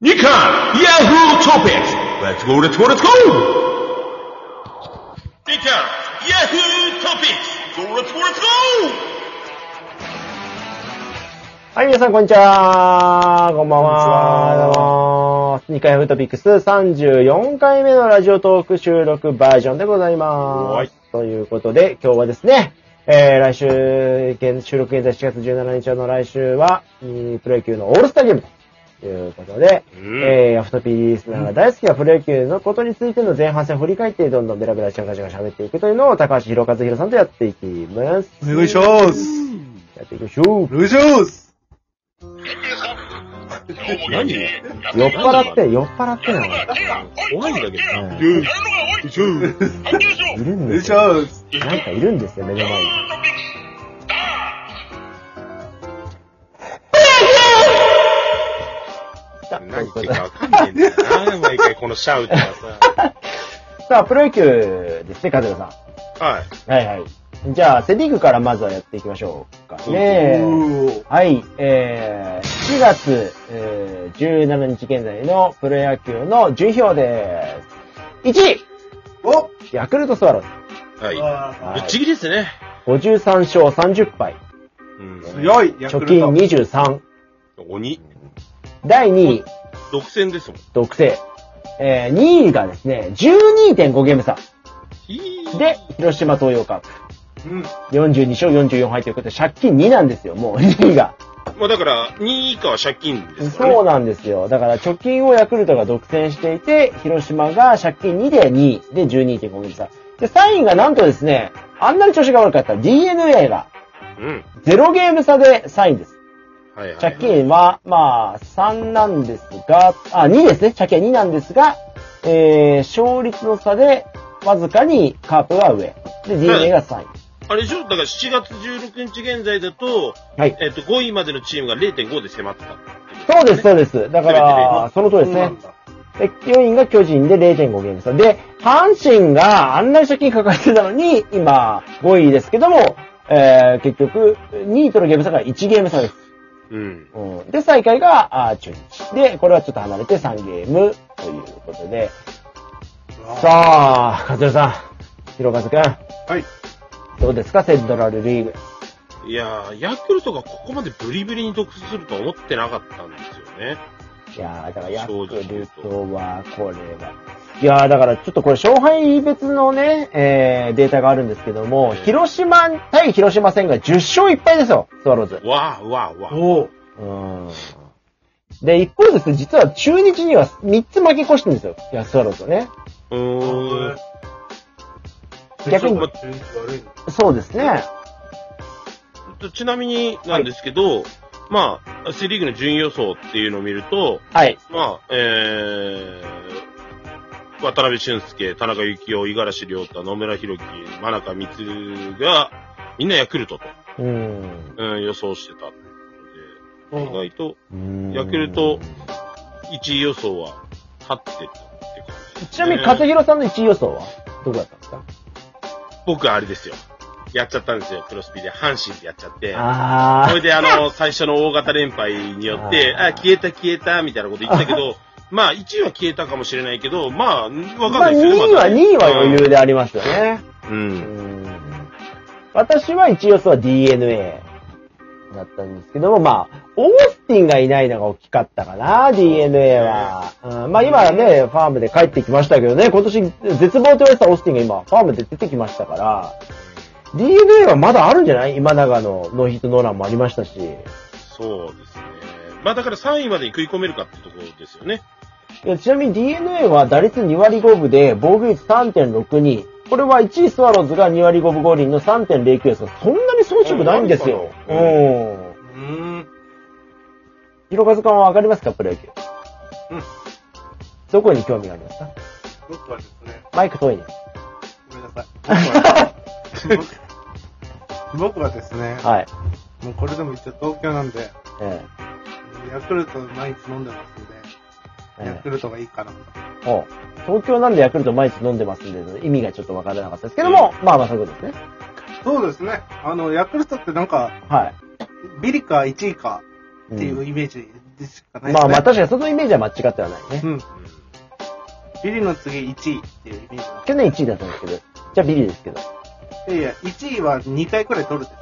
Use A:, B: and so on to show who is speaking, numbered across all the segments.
A: 日刊ヤフートピックス Let's go, let's go, let's go! 日刊ヤフートピックス Go, let's go, let's go!
B: はい、皆さん、こんにちは。こんばん
C: こんにちは
B: は。どうも。2回フートピックス34回目のラジオトーク収録バージョンでございます。
A: はい
B: ということで、今日はですね、えー、来週、現収録現在7月17日の来週は、うんプロ野球のオールスターゲームということで、
A: うん
B: えー、アフトピーリスナーが大好きなプロ野球のことについての前半戦を振り返って、どんどんベラベラちゃんかちゃんか喋っていくというのを、高橋宏和弘さんとやっていきます。
C: お願いします。
B: やっていきましょう
C: お。願いします。
A: 何
B: 酔っ払って、酔っ払ってなの。
A: 怖いんだけどな。
B: うんいる
C: お
B: ん
C: 願
B: で
C: い
B: す
C: し
B: よ。
C: ます。
B: なんかいるんですよ、目の前に。
A: 何言ってるかわかんねえんだよな、毎回このシャウトがさ。
B: さあ、プロ野球ですね、カズラさ
A: はい。
B: ん。はいはい。じゃあ、セリーグからまずはやっていきましょうかね。
C: うお
B: はい、えー、7月、えー、17日現在のプロ野球の順位表です。1
C: お
B: 位ヤクルトスワローズ。
A: はい。
C: あ
A: ぶっちぎりですね。
B: 53勝30敗。
A: うん
C: ー強い、ヤク
B: 貯
C: ル
B: 金
C: ト。
B: 23。
A: 鬼。
B: 第2位、
A: 独占ですもん。
B: 独占。えー、2位がですね、12.5ゲーム差。
A: ひー
B: で、広島東洋カープ。
C: うん。
B: 42勝44敗ということで、借金2なんですよ、もう2位が。
A: まあだから、2位以下は借金ですからね。
B: そうなんですよ。だから、貯金をヤクルトが独占していて、広島が借金2で2位で12.5ゲーム差。で、3位がなんとですね、あんなに調子が悪かった DNA が
A: うん。
B: 0ゲーム差で3位です。
A: はいはい。
B: 借金は、まあ、3なんですが、あ、2ですね。借金は2なんですが、えー、勝率の差で、わずかにカープが上。で、DNA が3位。
A: あれでしょだから7月16日現在だと、
B: はい。
A: えっと、5位までのチームが0.5で迫ってた。
B: そうです、そうです。だか
A: 全てでいい
B: ら
A: の、
B: その通りです
C: そうな
B: ね
C: ん。だ
B: で、4位が巨人で0.5ゲーム差。で、阪神があんなに借金抱えてたのに、今、5位ですけども、えー、結局、2位とのゲーム差が1ゲーム差です。
A: うん。
B: うん、で、最下位が、あー中日。で、これはちょっと離れて3ゲームということで。さあ、カズルさん、広和君、
C: はい。
B: どうですか、セントラルリーグ。
A: いやー、ヤクルトがここまでブリブリに独占するとは思ってなかったんですよね。
B: いやー、だからヤクルトは、これは。いやー、だからちょっとこれ、勝敗別のね、えー、データがあるんですけども、
A: ええ
B: 広島対広島戦が10勝1敗ですよ、スワローズ。
A: わー、わー、わー。
C: おー
B: うん。で、一方ですね、実は中日には3つ負け越してるんですよ、いやスワローズはね。
A: うーん。
B: 逆に
C: ちょっと待って悪いの
B: そうですね。
A: ちなみになんですけど、まあ、セリーグの順位予想っていうのを見ると、
B: はい。
A: まあ、えー、渡辺俊介、田中幸雄、五十嵐亮太、野村弘樹、真中光が、みんなヤクルトと、
B: うん。
A: うん、予想してた。
C: う
A: で
C: ん
A: 意外と、
B: うん
A: ヤクルト1位予想は、勝ってたって感じ、
B: ちなみに、
A: 勝
B: 勝
A: て
B: 弘さんの1位予想はどこだったんですか
A: 僕はあれですよ。やっちゃったんですよ、クロスピで。阪神でやっちゃって。そ
B: あ
A: れであの、最初の大型連敗によって、
B: あー
A: あ、消えた消えた、みたいなこと言ってたけど、まあ、1位は消えたかもしれないけど、まあ、わかん
B: ー。ま
A: な
B: あ、
A: い
B: 2
A: ですよね。
B: 位
A: ま
B: は、
A: だ
B: 2
A: ね
B: 位は余裕でありますよね。
A: うん。
B: 私は一応予想は DNA だったんですけども、まあ、オースティンがいないのが大きかったかな、DNA は。うん、まあ今はね、ファームで帰ってきましたけどね、今年絶望と言われてたオースティンが今、ファームで出てきましたから、DNA はまだあるんじゃない今永のノーヒットノーランもありましたし。
A: そうですね。まあ、だから3位までに食い込めるかってところですよね。
B: いやちなみに DNA は打率2割5分で防御率3.62。これは1位スワローズが2割5分5厘の3.09ですが、そんなにすごい低くないんですよ。
A: う
B: うんん。
C: うーん。
B: 広和さんはわかりますかプロ野球。
C: うん。
B: どこに興味がありますか
C: 僕はですね、
B: マイク 遠いね。
C: ごめんなさい。僕は僕はですね、
B: はい。
C: もうこれでも一応東京なんで、
B: え
C: ヤクルト毎日飲んでますんで、
B: え
C: ヤ
B: え
C: クルトがいいかな。
B: えおう東京なんでヤクルト毎日飲んでますんで、意味がちょっとわからなかったですけども、まあまあそういうことですね。
C: そうですね、あの、ヤクルトってなんか、
B: はい。
C: ビリか1位か、っていうイメージですかね。
B: まあまあ確かにそのイメージは間違ってはないね。
C: うん。ビリの次1位っていうイメージなんで
B: 去年1位だったんですけど。じゃあビリですけど。
C: す。いやいや、1位は2回くらい取るんです。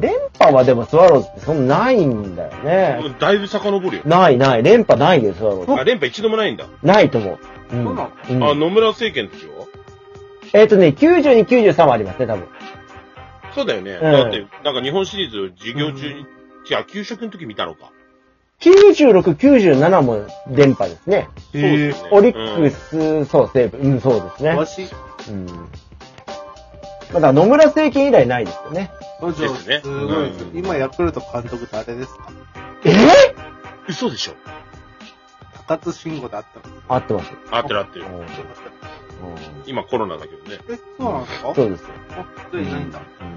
B: 連覇はでもスワローズってそんなないんだよね。
A: うんだいぶ遡るよ。
B: ないない。連覇ないよ、スワロー
A: あ、連覇一度もないんだ。
B: ズ。ないと思う。うん
C: そうな
B: うん
A: あ、野村政権でしょ
B: えっ、とね、92、93はありますね、多分。
A: そうだよね。
B: ん
A: だって、なんか日本シリーズ授業中に、いや、給食の時見たのか。
B: 96、97も連覇ですね。
A: そうですね
B: オリックス、そう、西武。うん、そうですね
C: わ。し、
B: うん。まあだから野村政権以来ないですよね。
C: 五
A: で
C: 条
A: すね
C: すごいです。
A: うん
C: 今、ヤクルト監督誰ですか
B: えぇ、
A: うん嘘でしょ
C: 高津慎吾だったの。
B: 合ってます。
A: あってるあってる
B: う。んうん
A: 今コロナだけどね。
C: え、そうなんですか
B: そうですよ。
C: あ、そういないんだ。
B: うん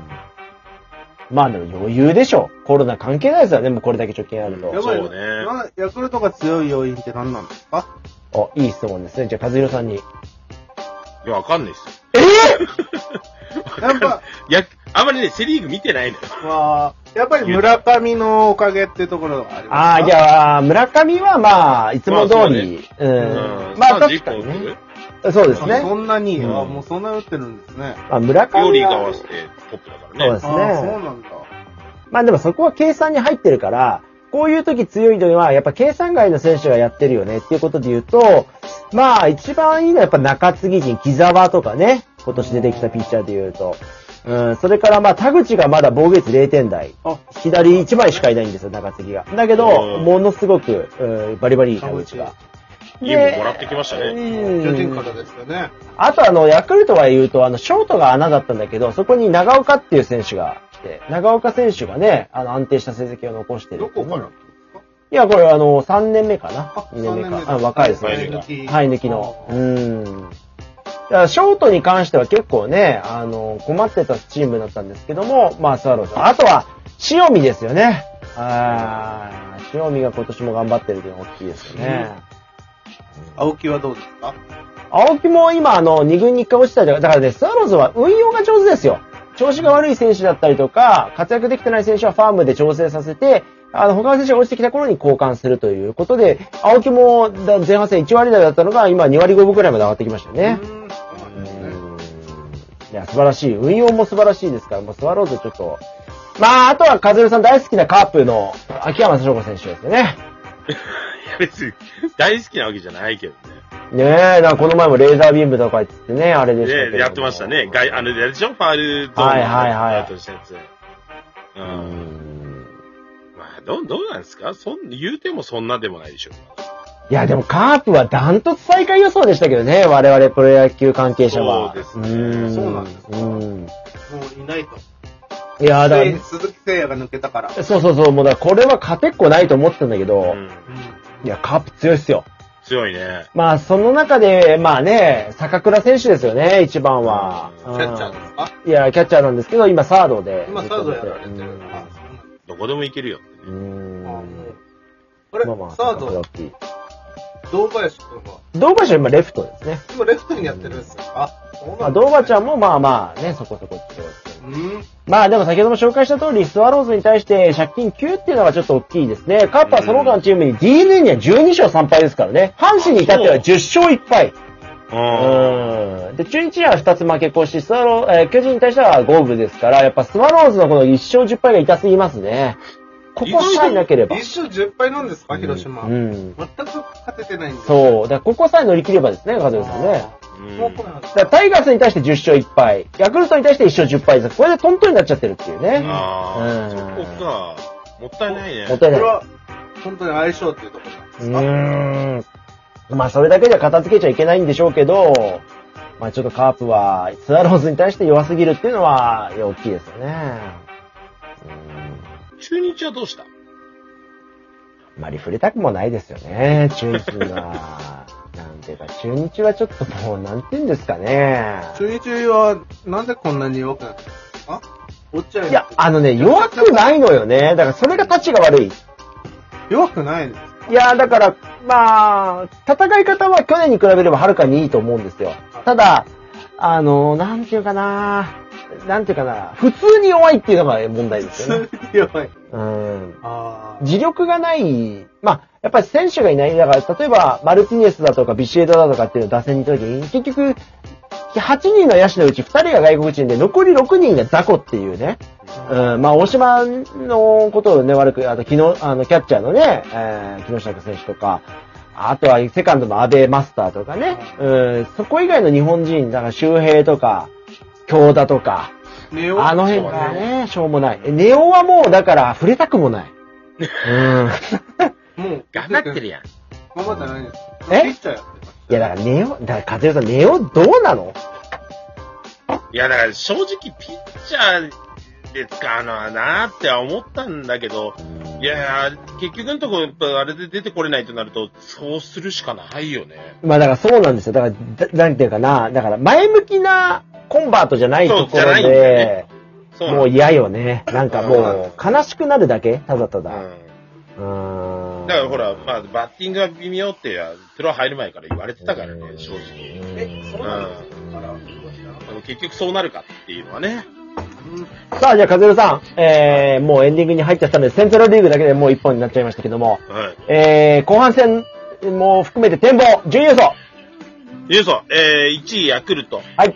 B: まあでも余裕でしょ。コロナ関係ないですよね、もうこれだけ貯金ある
A: うん
C: や
B: と。
C: ばい
A: そうね
C: なヤクルトが強い要因って何なんです か
B: お、いい質問ですね。じゃあ、和弘さんに。
A: いや、わかんないっすよ。
B: え
C: やっぱ、
A: いや、あまりね、セリーグ見てないのよ。
C: まあ、やっぱり村上のおかげってところがあります
B: ああ、じ
C: あ。
B: ゃあ、村上はまあ、いつも通り。うん。まあ、確かにね。そうですね。
C: そんなに、
B: うん
C: あ、もうそんな打ってるんですね。
B: まあ、村上は。
A: 料理が合わせてトップだからね。
B: そ
C: あ
B: う
C: あ
B: で
C: ー、
B: すね
C: そうなんだ。
B: まあでもそこは計算に入ってるから、こういう時強いのは、やっぱ計算外の選手がやってるよねっていうことで言うと、まあ一番いいのはやっぱ中継ぎ陣、木沢とかね、今年出てきたピッチャーで言うと。うん、それからまあ田口がまだ防御率0点台。
C: あ、
B: 左1枚しかいないんですよ、中継ぎが。だけど、
A: うん
B: ものすごく、うんバリバリいい田口が。
A: いいもんもらってきましたね。
B: ね
C: 巨人からですよね。
B: あとあの、ヤクルトは言うと、あの、ショートが穴だったんだけど、そこに長岡っていう選手が来て、長岡選手がね、あの、安定した成績を残してる。
C: どこから
B: いや、これあの、3年目かな
C: あ
B: ?2 年目
C: 三
B: か
C: 年。目
B: あ若いです
A: はい
B: ね。
A: 抜
C: き
B: はい、抜きの。
C: あ
B: う
C: ー
B: ーん。だからショートに関しては結構ね、あの、困ってたチームだったんですけども、まあ、スワローズ。あとは、塩見ですよね。あー、塩見が今年も頑張ってるというのが大きいですよね。
C: 青木はどうですか
B: 青木も今、あの、2軍に1回落ちたりとか、だからね、スワローズは運用が上手ですよ。調子が悪い選手だったりとか、活躍できてない選手はファームで調整させて、あの、他の選手が落ちてきた頃に交換するということで、青木もだ前半戦1割台だったのが、今2割5分くらいまで上がってきましたよ
C: う
B: ね。
C: ーんそうなんですね。
B: いや、素晴らしい。運用も素晴らしいですから、もうスワローズちょっと。まあ、あとは、カズルさん大好きなカープの秋山翔吾選手ですよね。
A: いや別に、大好きなわけじゃないけど
B: ねえ、なんかこの前もレーザービームとか言ってね、あれでしたけ
A: ね。
B: れども
A: で、やってましたね。外、あの、やるでしょファールゾーンの
B: はいはいはい
A: アウトしたやつ。う。
B: うんん
A: まあ、どう、どうなんですかそん、言うてもそんなでもないでしょう。
B: いや、でもカープはダントツ最下位予想でしたけどね、我々プロ野球関係者は。
A: そうですね
B: ん
C: そうなんですか
B: ん
C: もういないと。
B: いや、だから、
C: 鈴木誠也が抜けたから。
B: そうそうそう、もうだからこれは勝てっこないと思ってたんだけど、
A: うん。
B: いや、カープ強いっすよ。
A: 強いね。
B: まあ、その中で、まあね、坂倉選手ですよね、一番は。
A: う
C: キャッチャーですか
B: うんいや、キャッチャーなんですけど、今サードで。
C: 今サードやられてる。あ
A: どこでもいけるよ。
B: うん。うん
C: そうなんだあもうこれ、
B: まあまあ
C: サー
B: 坂倉
C: ド
B: っ、ていい
C: 堂林君は、
B: 堂林は今レフトですね。
C: 今レフトにやってるんですよ。あ、そうなん
B: まあ、堂林ちゃ
C: ん。
B: んもまあまあね、そこそこ強いですけど
C: うん。
B: まあでも先ほども紹介した通り、スワローズに対して借金9っていうのがちょっと大きいですね。カープはその他のチームに DNA には12勝3敗ですからね。阪神に至っては10勝1敗。
A: うん。
B: うん。で、中日には2つ負け越し、スワロー、えー巨人に対しては5分ですから、やっぱスワローズのこの1勝10敗が痛すぎますね。ここさえなければ。
C: 一勝10敗なんですか、広島。
B: う
C: 全
B: ん。
C: く勝ててないんですう。
B: そう。だからここさえ乗り切ればですね、カズレーザーさんね。
A: うん
C: もうこれなんです
B: だからタイガースに対して10勝1敗、ヤクルトに対して1勝10敗です。これでトントンになっちゃってるっていうね。
A: ああ、そ
B: うん
A: こか。もったいないね。
B: もったい
C: こ
B: な
C: れ
B: い。
C: は、本当に相性っていうところなんですか、
B: うーん。まあ、それだけじゃ片付けちゃいけないんでしょうけど、まあ、ちょっとカープは、スワローズに対して弱すぎるっていうのは、いや大きいですよね。
A: 中日はどうした
B: あまり触れたくもないですよね、中日は。なんていうか、中日はちょっともう、なんて言うんですかね。
C: 中日は、なぜこんなに弱くなったんですか落合
B: いや、あのね、弱くないのよね。だから、それが立ちが悪い。
C: 弱くないです。
B: いやーだから、まあ、戦い方は去年に比べればはるかにいいと思うんですよ。ただ、あのー、 なんていうかななんていうかな普通に弱いっていうのが問題ですよね。
C: 弱い。
B: うん。
C: あ
B: 自力がない、まあ、やっぱり選手がいない。だから、例えば、マルティネスだとか、ビシエドだとかっていうのを打線にいた時に、結局、8人の野手のうち2人が外国人で、残り6人が雑魚っていうね。うん、まあ、大島のことをね、悪く、あと、昨日、あの、キャッチャーのね、えー、木下選手とか、あとは、セカンドのアベマスターとかね、うん、そこ以外の日本人、だから、周平とか、京田とか、
C: あ。ネオ
B: あの辺がね、しょうもない。えネオはもう、だから、触れたくもない。うん。
C: もう、
A: 頑張ってるやん。
C: 頑張ってないです。
B: え
C: ピッチャーやってます
B: いや、だからネオ、だから、かずさん、ネオどうなの
A: いや、だから正直ピッチャーで使うのはなーって思ったんだけど、いやいや、結局のところ、やっぱあれで出てこれないとなると、そうするしかないよね。
B: まあ、だからそうなんですよ。だから、だなんていうかな、だから、前向きなコンバートじゃないとこ
A: そうじゃ
B: ろ
A: ないんだ
B: で
A: よ、そうなんだ
B: もう嫌よね。なんかもう、悲しくなるだけただただ。う
A: う
B: ーん。
A: ん。だからほら、まあ、バッティングが微妙って、プロ入る前から言われてたからね、正直。
C: え、そうなんですかから、
A: でも結局そうなるかっていうのはね。
B: さあ、じゃあ、かずるさん、えー、もうエンディングに入っちゃったので、セントラルリーグだけでもう一本になっちゃいましたけども、
A: はい。
B: えー、後半戦も含めて展望、準優勝
A: ゆうそ、えー、1位ヤクルト、
B: はい。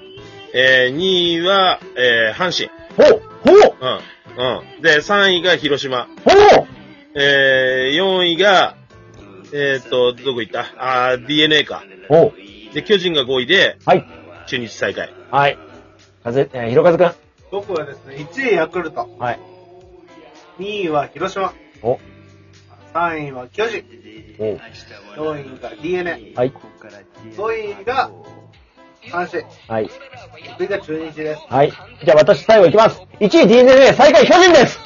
A: えー、2位は、えー、阪神。
B: ほうほう
A: うん。うん。で、3位が広島。
B: ほう
A: えー、4位が、えー、っと、どこ行ったあー DNA か。
B: ほう
A: で、巨人が5位で、
B: はい。
A: 中日最下位。
B: はい。かず、えー、ひろかずくん。
C: 僕はですね、1位ヤクルト、
B: はい。
C: 2位は広島、
B: お、
C: 3位は巨人、
B: お、
C: 4位が DNA、
B: はい。
C: 5位が阪神、
B: はい。
C: 6位が中日です。
B: はい。じゃあ私最後いきます。1位 DNA 最下位巨人です